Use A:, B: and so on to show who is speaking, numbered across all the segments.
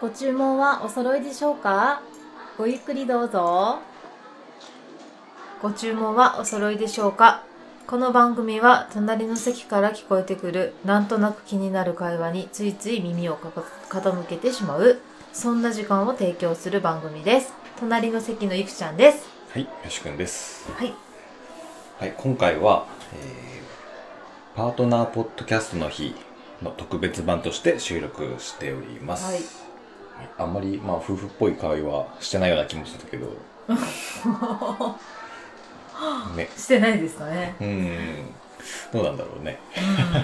A: ご注文はお揃いでしょうかごゆっくりどうぞ。ご注文はお揃いでしょうかこの番組は隣の席から聞こえてくるなんとなく気になる会話についつい耳をかか傾けてしまうそんな時間を提供する番組です隣の席のいくちゃんです
B: はい、よしくんです。
A: はい
B: はい、今回は、えーパートナーポッドキャストの日の特別版として収録しております。
A: はい
B: あんまり、まあ、夫婦っぽい会話してないような気もするけど、ね、
A: してないですかね
B: うーん、どうなんだろうね。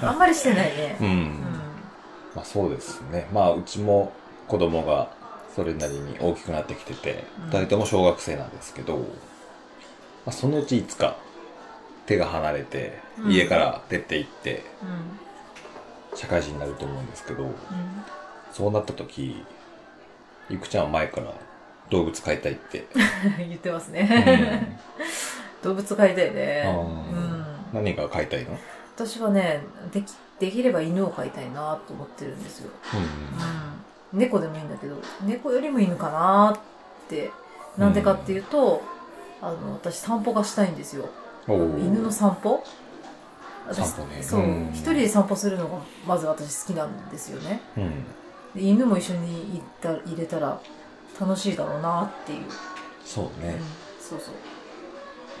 A: うんあんまりしてないね
B: うん、
A: う
B: まあそうですね。まあ、うちも子供がそれなりに大きくなってきてて
A: うん、
B: 二人とも小学生なんですけど、まあ、そのうちいつか手が離れて
A: う、ん
B: 家から出て行って、
A: んうん
B: 社会人になると思うんですけど
A: うん
B: そうなった時ゆくちゃんは前から動物飼いたいって、
A: 言ってます
B: う
A: ね、
B: ん
A: 動物飼いたいね、う
B: あー
A: ん、
B: 何が飼いたいの、
A: 私はねできできれば犬を飼いたいなと思ってるんですようん猫でもいいんだけど猫よりも犬かなってなんでかっていうと、あの私散歩がしたいんですよ
B: うんおー
A: 犬の散歩私
B: 散歩ね
A: そう
B: うん
A: 一人で散歩するのがまず私好きなんですよね
B: うん、
A: で犬も一緒に行った入れたら楽しいだろうなっていう、
B: そう
A: うん
B: ね、
A: そうそう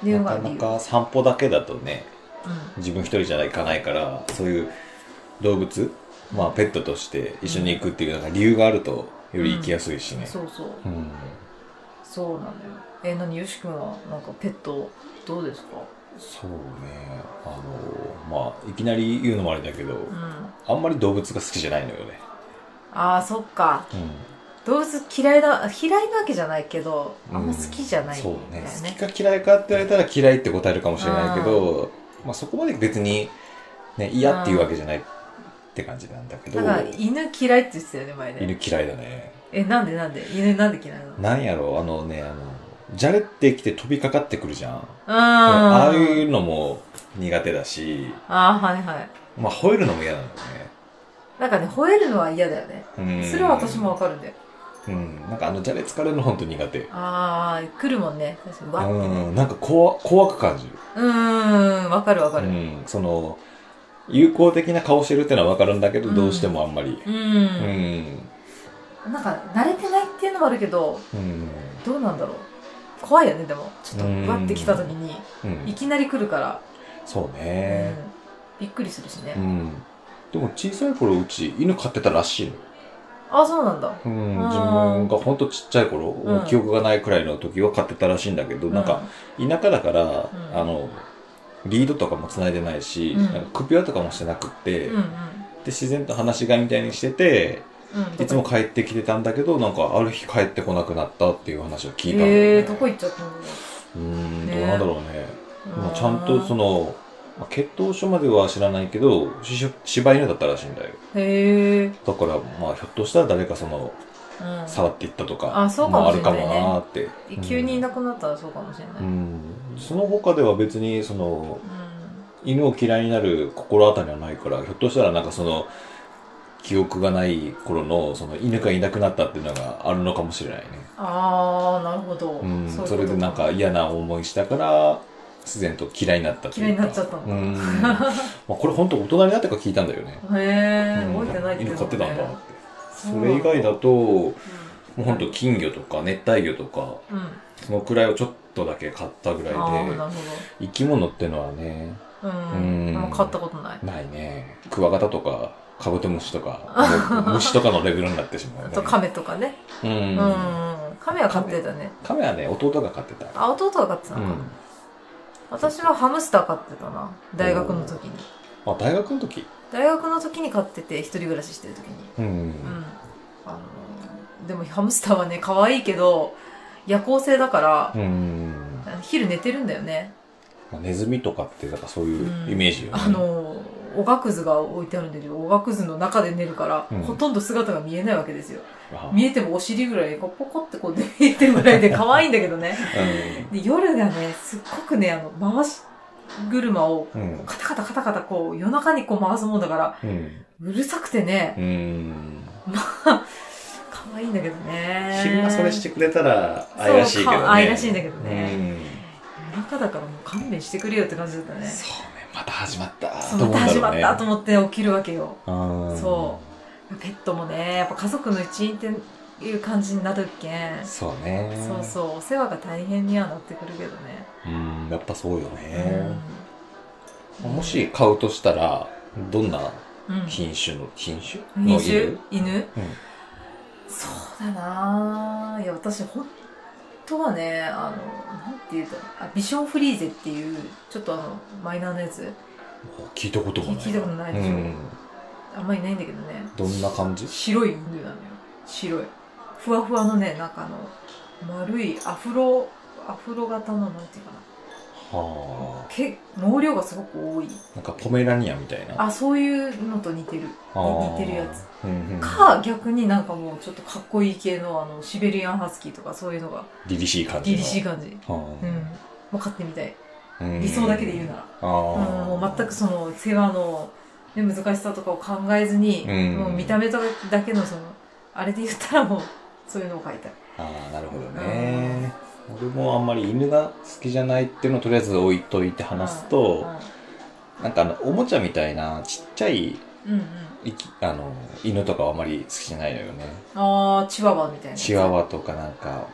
A: っていうのが
B: なか
A: 理
B: な
A: 由
B: か散歩だけだとね自分一人じゃ行かないからそういう動物まあペットとして一緒に行くっていうなんか理由があるとより行きやすいし
A: うん、
B: ね、
A: そうそう
B: うん
A: そうなのよえ何よし君はなんかペットどうですか
B: そうねあのまあいきなり言うのもあれだけど、
A: うん
B: あんまり動物が好きじゃないのよね、
A: ああそっか
B: うん、
A: 動物嫌いだ嫌いなわけじゃないけどあんま好きじゃないんだ
B: そう
A: よ
B: ね
A: ね,、
B: 好きか嫌いかって言われたら嫌いって答えるかもしれないけど、まあ、そこまで別に、ね、嫌っていうわけじゃないって感じなんだけど、
A: なんか犬嫌いって言ってたよね前ね
B: 犬嫌いだね
A: えなんでなんで犬なんで嫌いなの
B: なんやろうあのねあのじゃれってきて飛びかかってくるじゃん、あ
A: あ
B: あいう
A: う
B: のも苦手だし、
A: あーはいはい
B: まあ、吠えるのも嫌なのね
A: なんかね吠えるのは嫌だよね
B: うん
A: それは私もわかるんだよ
B: うんなんかあのじゃれ疲れるの本当苦手
A: ああ来るもんね確かにわって
B: う
A: ね
B: んなんか怖怖く感じる
A: うーんわかるわかるうん
B: うん、その友好的な顔してるってのは分かるんだけど、
A: うん
B: どうしてもあんまりうんうん、
A: なんか慣れてないっていうのもあるけど
B: うん
A: どうなんだろう怖いよねでもちょっと
B: うん
A: わって来た時にいきなり来るから、
B: そう
A: う
B: ね
A: んびっくりするしね、
B: うん、でも小さい頃うち犬飼ってたらしいの
A: あそうなんだ
B: うん
A: あー
B: 自分がほんとちっちゃい頃、
A: うん
B: 記憶がないくらいの時は飼ってたらしいんだけど、なんか田舎だから、
A: ん
B: あのリードとかも繋いでないし、
A: うん
B: なんか首輪とかもしてなくって、
A: うんう
B: で
A: ん
B: 自然と放し飼いみたいにしてて
A: うんうん
B: いつも帰ってきてたんだけどなんかある日帰ってこなくなったっていう話を聞いたのよ
A: えー、どこ行っちゃったの
B: うーん、
A: ね
B: どうなんだろうね。まあ、ちゃんとそ
A: の
B: の、まあ血糖症までは知らないけど、しし柴犬だったらしいんだよ。
A: へえ、うん、
B: だから、まあ、ひょっとしたら誰かその、さらっていったとか、
A: あそうかもしれないね
B: まああるかもなーって。
A: 急にいな
B: く
A: くなったらそうかもしれな
B: う
A: い、うん
B: ん。その他では別に、その、犬を嫌いになる心当たりはないから、ひょっとしたらなんかその、記憶がない頃の、その、犬がいなくなったっていうのがあるのかもしれないね。
A: ああなるほど、
B: うん、
A: ういうこと
B: それでなんか嫌な思いしたから自然と嫌いになったというか
A: 嫌いになっちゃったの
B: うん、まあ、これ本当大人になってから聞いたんだよね
A: へえ
B: うん
A: 覚えてないけど、
B: 犬飼ってたんだって
A: そう
B: そ
A: なんだ
B: れ以外だともう
A: うん
B: 本当金魚とか熱帯魚とか
A: うん、あ
B: そのくらいをちょっとだけ買ったぐら
A: あー
B: いで
A: なるほ
B: 生き物ってのはね
A: どうん、
B: うん
A: あんま買ったことない
B: ないねクワガタとかカブトムシとかもう虫とかのレベルになってしまう
A: あ
B: ね
A: と亀とかね
B: う
A: うんん、亀は買ってたね
B: カメはね弟が飼ってた
A: あ弟が買ってた
B: う
A: の
B: ん
A: か、私はハムスター買ってたな大学の時に
B: あ大学の時
A: 大学の時に買ってて一人暮らししてる時に
B: うん
A: うんあのでもハムスターはね可愛いけど夜行性だから
B: う、ん
A: あの昼寝てるんだよね、
B: まあ、ネズミとかってなんかそういう
A: うん
B: イメージよね、
A: あのおがくずが置いてあるんだけどおがくずの中で寝るから、
B: うん
A: ほとんど姿が見えないわけですよ
B: あ
A: 見えてもお尻ぐらいこうポコってこう見えてるぐらいで可愛いんだけどねで夜がねすっごくねあの回し車を
B: うんうん
A: カタカタカタカタこう夜中にこう回すもんだから
B: うん
A: うるさくてね
B: うん
A: か可愛いんだけどね
B: 昼間それしてくれたら
A: そう
B: 愛らしいけどね
A: か愛らしいんだけど
B: う
A: ね、
B: ん
A: 中だからもう勘弁してくれよって感じだったね
B: そうねまた始まった
A: そ
B: と
A: う
B: 思うん
A: また
B: だろうね
A: 始まったと思って起きるわけよ
B: うん
A: そペットもねやっぱ家族の一員っていう感じになるっけん
B: そうね
A: そうそうお世話が大変にはなってくるけどね、
B: うんやっぱそうよね、もし買うとしたらどんな
A: うん、うん
B: 品種の品種の
A: 犬種犬、
B: うん
A: そうだなぁいや私本当はねあのなんていうとあビションフリーゼっていうちょっとあのマイナーなやつ
B: 聞いたこともない
A: 聞いたことないでしょ
B: うん
A: あんまりいないんだけどね
B: どんな感じ
A: 白い犬なのよ白いふわふわのね中の丸いアフロアフロ型のなんていうかな
B: は
A: け毛量がすごく多い
B: あなんかポメラニアンみたいな
A: あそういうのと似てる
B: あー
A: 似てるやつ
B: うんうん
A: か逆になんかもうちょっとかっこいい系のあのシベリアンハスキーとかそういうのが
B: 凛々しい感じ
A: ギ
B: の
A: リシー感じ
B: は
A: うんもう飼ってみたい
B: あうん
A: 理想だけで言うなら
B: あ
A: うん
B: ー
A: もう全くその世話の、ね、難しさとかを考えずに
B: うん
A: もう見た目だけのそのあれで言ったらもうそういうのを飼いたい
B: ああなるほどね俺もあんまり犬が好きじゃないっていうのをとりあえず置いといて話すとなんかあのおもちゃみたいなちっちゃい
A: うんうんうん
B: いきあの犬とかはあんまり好きじゃないのよね
A: あーチワワみたいな
B: チワワとかなんか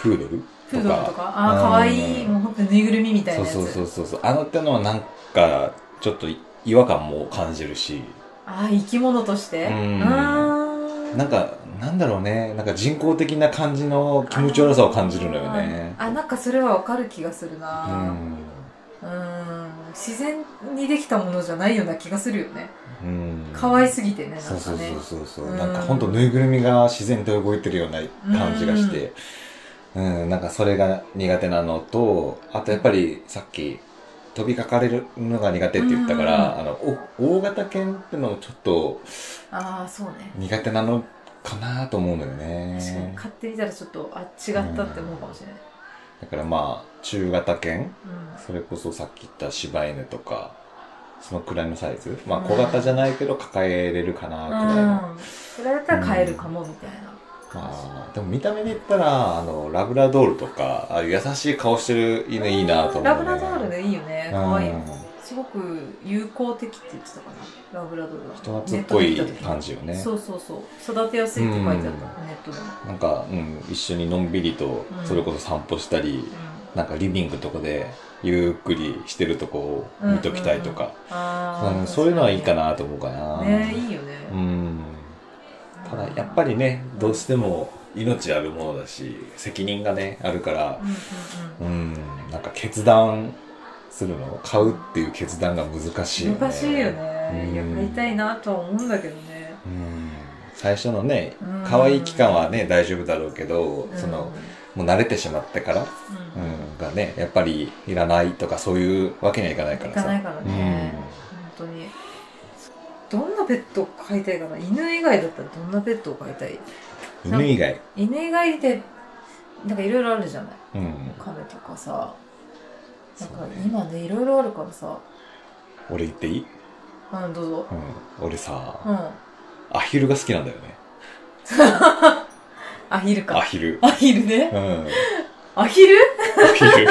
B: プードル
A: プードルとかああ
B: うん
A: かわいいもうほんとぬいぐるみみたい
B: そ
A: な
B: う
A: やつ
B: そうそうそうそうあの手のはなんかちょっと違和感も感じるし
A: ああ生き物として
B: うん
A: あ
B: なんかなんだろうねなんか人工的な感じの気持ち悪さを感じるのよね
A: あーあなんかそれはわかる気がする
B: う
A: な、
B: ん
A: うん、自然にできたものじゃないような気がするよね
B: うん
A: 可愛すぎてねなんか
B: そう
A: ね
B: そうそうそうそう、
A: うん
B: なんかほんとぬいぐるみが自然と動いてるような感じがして、うん、なんかそれが苦手なのと、あとやっぱりさっき飛びかかれるのが苦手って言ったから、あの、お大型犬ってのもちょっと
A: ああそうね
B: 苦手なのかなと思うのよ
A: 確かに
B: ね。
A: 買ってみたらちょっとあ違ったって思うかもしれない、
B: だからまあ、中型犬、
A: うん
B: それこそさっき言った柴犬とか、そのくらいのサイズ。まあ小型じゃないけど抱えれるかなくらいの。
A: うん、それだったら買えるかもみたいな感じ、
B: あーでも見た目で言ったらあのラブラドールとかああいう優しい顔してる犬いいなと思う、ね、
A: ラブラドールでいいよね可愛いよね
B: うん
A: すごく友好的って言ってたかなラブラドールは
B: 人懐っこい感じよね
A: そうそうそう育てやすいって書いてあった、ネットでも、
B: なんか、うん、一緒にのんびりと
A: うん
B: それこそ散歩したり、
A: うん、
B: なんかリビングとかでゆっくりしてるとこを見ときたいとか、
A: あー
B: うんそういうのはいいかなと思うかな、
A: ねいいよね、
B: うんただやっぱりねどうしても命あるものだし責任がねあるから
A: うんうん
B: うん、なんか決断するの買うっていう決断が難しいよ
A: うん
B: ね。
A: 難しいよね、いや
B: うん
A: 買いたいなとは思うんだけどね
B: うん最初のね
A: うん
B: 可愛い期間はね大丈夫だろうけど、
A: うん
B: そのもう慣れてしまってから、
A: う
B: うんん、がねやっぱりいらないとかそういうわけにはいかないからさ。
A: いかないからね本当にどんなペットを飼いたいかな犬以外だったらどんなペットを飼いたい
B: うん、犬以外、
A: 犬以外でなんかいろいろあるじゃない
B: うん、
A: カメとかさなん
B: そ
A: か
B: うね
A: 今ねいろいろあるからさ
B: 俺言っていい、
A: うんどうぞ
B: うん、俺さ、
A: うん
B: アヒルが好きなんだよね
A: アヒル
B: ア
A: か
B: ヒル。
A: アヒルね
B: うん
A: アヒル
B: って いう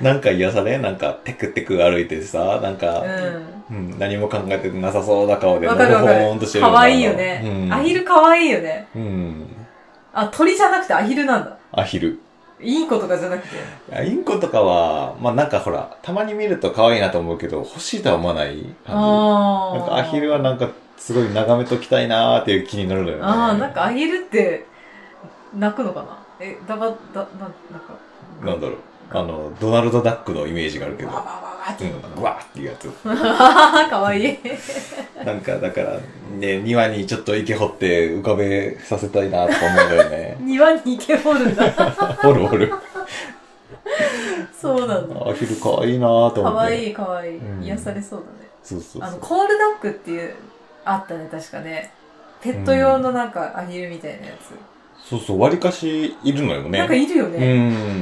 B: なんか癒されなんかテクテク歩いてさ、なん
A: う
B: か、
A: ん
B: うん何も考えてなさそうな顔で、
A: わかるわ
B: のほ
A: か
B: ほんとして
A: る
B: るの
A: 可愛いよ
B: あのう
A: ね
B: ん
A: アヒル可愛いよね
B: うん。
A: あ鳥じゃなくてアヒルなんだ
B: アヒル。
A: インコとかじゃなくて
B: いやインコとかは、まあなんかほら、たまに見ると可愛いなと思うけど、欲しいとは思わない
A: あ
B: 感じ。
A: ー
B: なんかアヒルはなんか、すごい眺めときたいなーっていう気になるのよね。
A: ああ、なんかアヒルって泣くのかなえ、だば、だ、な、なんか。
B: なんだろう。あの、ドナルド・ダックのイメージがあるけど、
A: わわわわっていうのか
B: うん、わーっていうやつ。
A: な。かわいい。
B: なんか、だから、ね、庭にちょっと池掘って浮かべさせたいなとか思うんだよ ね。
A: 庭に池掘るんだ。
B: 掘る掘る。
A: そうなんだ。
B: アヒルかわいいなぁと思
A: か
B: って。
A: わいいかわいい
B: うん。
A: 癒されそうだね。
B: そうそう
A: あの、
B: そ
A: コールダックっていう、あったね、確かね。ペット用のなんかアヒルみたいなやつ。
B: う。そうそう、割かしいるのよね。
A: なんかいるよ
B: う
A: ね。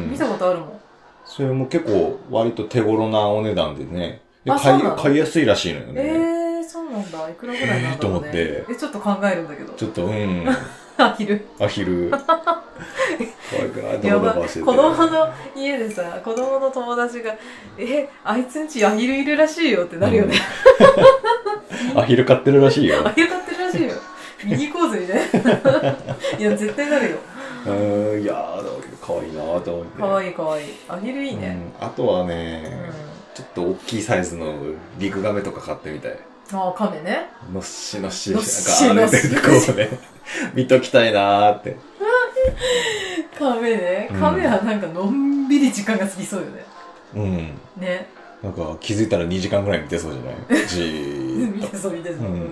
A: 見
B: ん。
A: たことあるもん。
B: それも結構、割と手頃なお値段でね。で
A: あ
B: 買い
A: そうなの
B: 買いやすいらしいのよね。
A: えー、そうなんだ。かいくらぐらいなんだろうね、
B: えーと思って
A: えちょっと考えるんだけど
B: ちょっと、うん、
A: アヒル
B: アヒル。可愛くない
A: や
B: ド
A: ば
B: バ
A: い
B: ドバして
A: 子
B: て。
A: 供の家でさ子供の友達が「えあいつんちアヒルいるらしいよ」ってなるよね、
B: うん。アヒル飼ってるらしいよ。
A: アヒル飼ってるらしいよ見に行こうぜみたい ないや絶対なるよ
B: うん、いやー、だけど可愛いなと思って。
A: かわいいかわいいアヒルいいね、
B: うんあとは
A: うん
B: ね、ちょっと大きいサイズのリクガメとか買ってみたい。
A: ああカメね
B: のっしのっし
A: の
B: な
A: っ
B: ん
A: し
B: か歩いてるとこをね、見ときたいなーって。
A: カメねカメはなんかのんびり時間が過ぎそうよね
B: うん。
A: ね
B: なんか気づいたら2時間ぐらい見てそうじゃないじ
A: 見
B: ーって
A: そう見てそう、
B: うん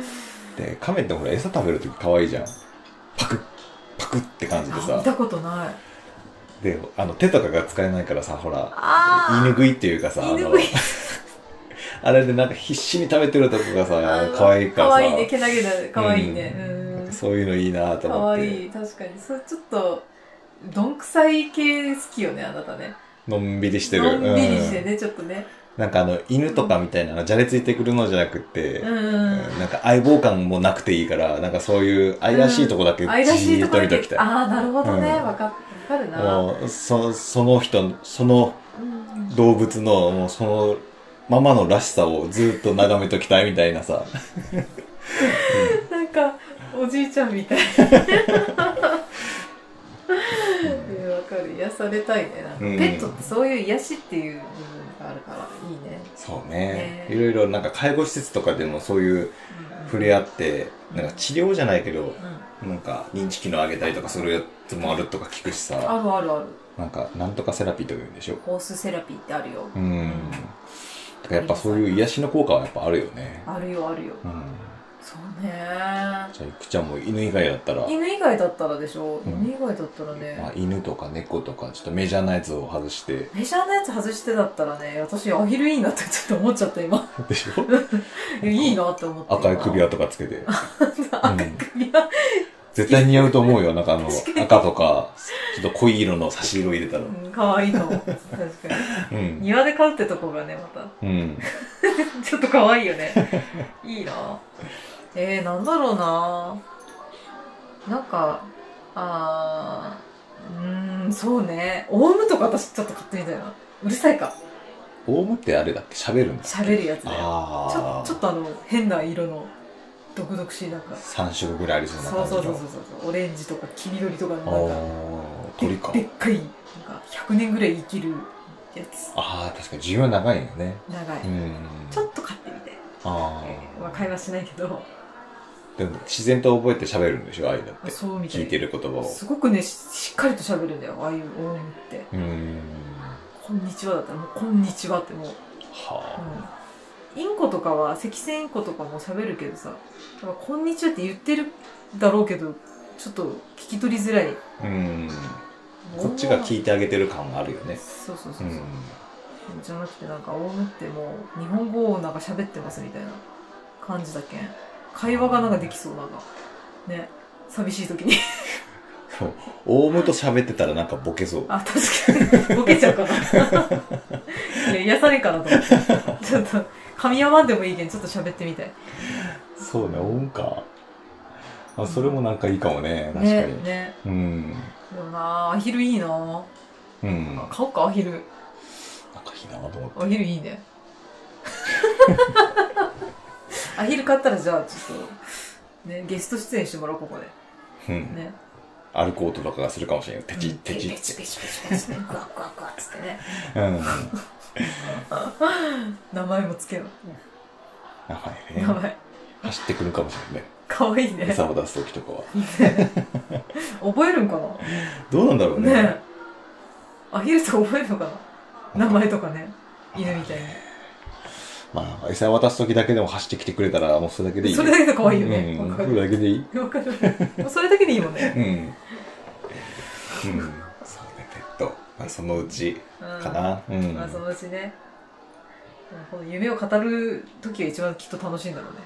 B: て。カメってほら餌食べるとき可愛いじゃん。パクッ、パクッって感じで
A: あ見
B: さ。
A: たことない
B: で、あの手とかが使えないからさ、ほら、
A: あ
B: 犬
A: あ
B: 食いっていうかさ、あ
A: 犬
B: の
A: 食い、
B: あれでなんか必死に食べてるとこがさ
A: あ、の
B: 可愛いから
A: か
B: さ。
A: わいいねけなげなかわいいね
B: う
A: うんん
B: そういうのいいなと
A: か
B: 思っ
A: わ
B: て。
A: いい確かにそれちょっとどんくさい系好きよねあなたね
B: のんびりしてる。
A: のんびりして
B: うん
A: ね、ちょっとね
B: なんかあの、犬とかみたいなの、じゃれついてくるのじゃなくって、
A: うん、
B: うんなんか相棒感もなくていいから、なんかそういう愛らしいとこだけじ
A: 愛らしい
B: ー
A: と
B: っ
A: ことろ
B: 見
A: だ
B: とき
A: け
B: たい。
A: ああなるほどね
B: うん
A: わ、かわかるな、
B: もうそその人、その
A: うん
B: 動物の、もうそのままのらしさをずっと眺めときたいみたいなさ。
A: なんかおじいちゃんみたい
B: うん
A: わかる癒されたいねなんか
B: うん
A: ペットってそういう癒しっていう部分があるからいいね、
B: そうね
A: ね。
B: いろいろなんか介護施設とかでもそういう触れ合って、なんか治療じゃないけど、
A: うん、うん
B: なんか認知機能上げたりとかするやつもあるとか聞くしさ、
A: あるあるある
B: なんかなんとかセラピーとか言うんでしょ。
A: ホースセラピーってあるよ、
B: うん。だからやっぱそういう癒しの効果はやっぱあるよね。
A: あるよあるよ
B: うん。
A: そうね
B: じゃあ、いくちゃんも犬以外だったら、
A: 犬以外だったらでしょ、
B: うん
A: 犬以外だったらね、
B: まあ、犬とか猫とか、ちょっとメジャーなやつを外して、
A: メジャーなやつ外してだったらね私アヒルいいなってちょっと思っちゃった今
B: でしょ
A: いやいいなって思って
B: 赤い首
A: 輪
B: 輪とかつけ て。
A: 赤い首輪、
B: 絶対似合うと思うよ。なんかあの
A: 確かに、
B: 赤とか、ちょっと濃い色の差し色入れたら。
A: うん、かわいいかも確か
B: うん
A: に。庭で飼うってとこがねまた
B: うん。
A: ちょっとかわいいよねいいなえー、なんだろうななんかあーうーんそうねオウムとか私ちょっと買ってみたいなうるさいか
B: オウムってあれだっけ喋るんだっけ
A: 喋るやつねち
B: あ
A: ょ
B: あ。
A: ちょっとあの変な色の毒々しいなんか
B: 3色ぐらいありそうな
A: そ
B: 感
A: う
B: じ
A: そう
B: の。
A: そうそうそうオレンジとか黄緑とかのなんか
B: ああ、
A: で
B: 鳥か。
A: でっかいなんか100年ぐらい生きるやつ
B: ああ、確かに寿命長いよね。
A: 長い、
B: うん。
A: ちょっと飼ってみて、
B: あ
A: えーまあ、
B: あ。
A: 会話しないけど
B: でも自然と覚えて喋るんでしょ、ああいうのっ
A: あ
B: て。
A: そうみたい
B: 聞いてる言葉を。
A: すごくねししっかりと喋るんだよああいうオウムって
B: うーん。
A: 「こんにちは」だったら「もうこんにちは」ってもう、
B: は
A: うん、インコとかは赤線インコとかも喋るけどさ「だからこんにちは」って言ってるだろうけどちょっと聞き取りづらい
B: あ。うん。こっちが聞いてあげてる感があるよね。
A: そうそうそう
B: う
A: そう、
B: ん。
A: じゃなくてなんかオウムってもう日本語をなんか喋ってますみたいな感じだけん会話がなんかできそうなんかね寂しい時に
B: そう。 オウムと喋ってたらなんかボケそう。
A: あ確かにボケちゃうかな いや癒されんかなと思って ちょっと噛み合わんでもいいけんちょっと喋ってみたい
B: そうね、オウムか。あ、それもなんかいいかもね、確か
A: ね
B: に。
A: ね
B: うん。
A: でもなあアヒルいいな
B: うん。
A: あ買おうかアヒル
B: なんかいいなと思って。
A: アヒルいい ねアヒル買ったらじゃあちょっとねゲスト出演してもらおうここ
B: うん
A: で。ね
B: 歩く音とかがするかもしれんよ。てちってち
A: ペチペチペチペチねグワグワグワっつってね
B: うん。
A: 名前もつけろ
B: やばい
A: 名
B: ね。
A: 前
B: 走ってくるかもしれないね。
A: かわいいね
B: 餌を出す時とかは。
A: 覚えるんかな
B: どうなんだろうね。
A: ねえアヒルって覚えるのかな名前とかね犬みたい
B: まあ、餌渡す時だけでも走ってきてくれたら、もうそれだけでい
A: に
B: い
A: そ
B: よ。
A: れだけでかわいいよね
B: うん、
A: わか
B: それ
A: る
B: だけでいい。
A: わかるもうそれだけでいいもんね
B: うん。うん。そうね、ペット。まあ、そのうち
A: うん
B: かな。うん。
A: まあそのうちねこの夢を語る時が一番きっと楽しいんだろうね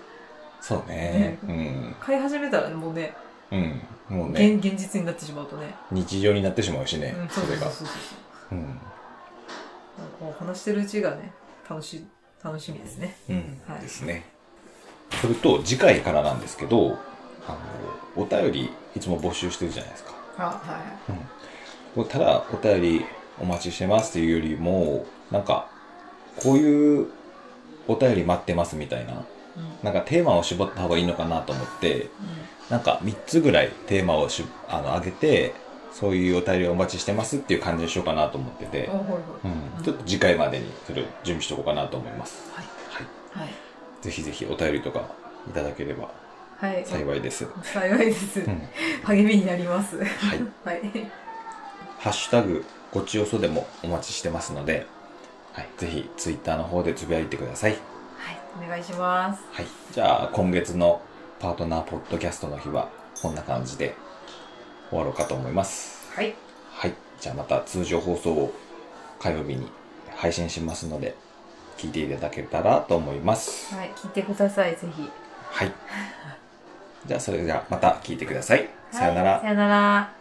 B: そうね。うん。
A: 飼い始めたらもうね
B: うん。もうね、
A: 現現実になってしまうとね
B: 日常になってしまうしね
A: うん、そ
B: そう
A: そう
B: れ
A: そ
B: が
A: う。そう
B: うん。
A: こう話してるうちがね楽しい楽しみですね
B: うん
A: は。い
B: ですね。それと次回からなんですけどあのお便りいつも募集してるじゃないですか
A: あは、
B: ただお便りお待ちしてますっていうよりもなんかこういうお便り待ってますみたいない
A: うん
B: なんかテーマを絞った方がいいのかなと思ってなんか3つぐらいテーマをしあの上げてそういうお便りをお待ちしてますっていう感じにしようかなと思ってて
A: うん、、おほいほい
B: うん、ちょっと次回までにそれを準備しておこうかなと思います
A: はい
B: ぜひぜひお便りとかいただければ
A: はい、はい、
B: 幸いです、
A: 幸いです、
B: うん、
A: 励みになりますは
B: はい
A: い
B: ハッシュタグごちよそでもお待ちしてますので、はい、ぜひツイッターの方でつぶやいてください。
A: はいお願いします
B: はい、じゃあ今月のパートナーポッドキャストの日はこんな感じで終わろうかと思います。
A: はい
B: はい、じゃあまた通常放送を火曜日に配信しますので、聞いていただけたらと思います。
A: はい聞いてくださいぜひ
B: はい。じゃあそれではまた聞いてください。さよなら
A: はい、さ。よなら